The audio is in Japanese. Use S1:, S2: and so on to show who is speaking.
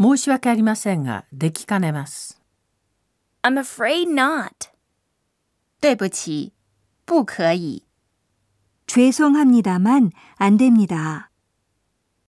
S1: 申し訳ありませんが、できかねます。
S2: I'm afraid not.
S3: 对不起，不可以。
S4: 죄송합니다만 안 됩니다.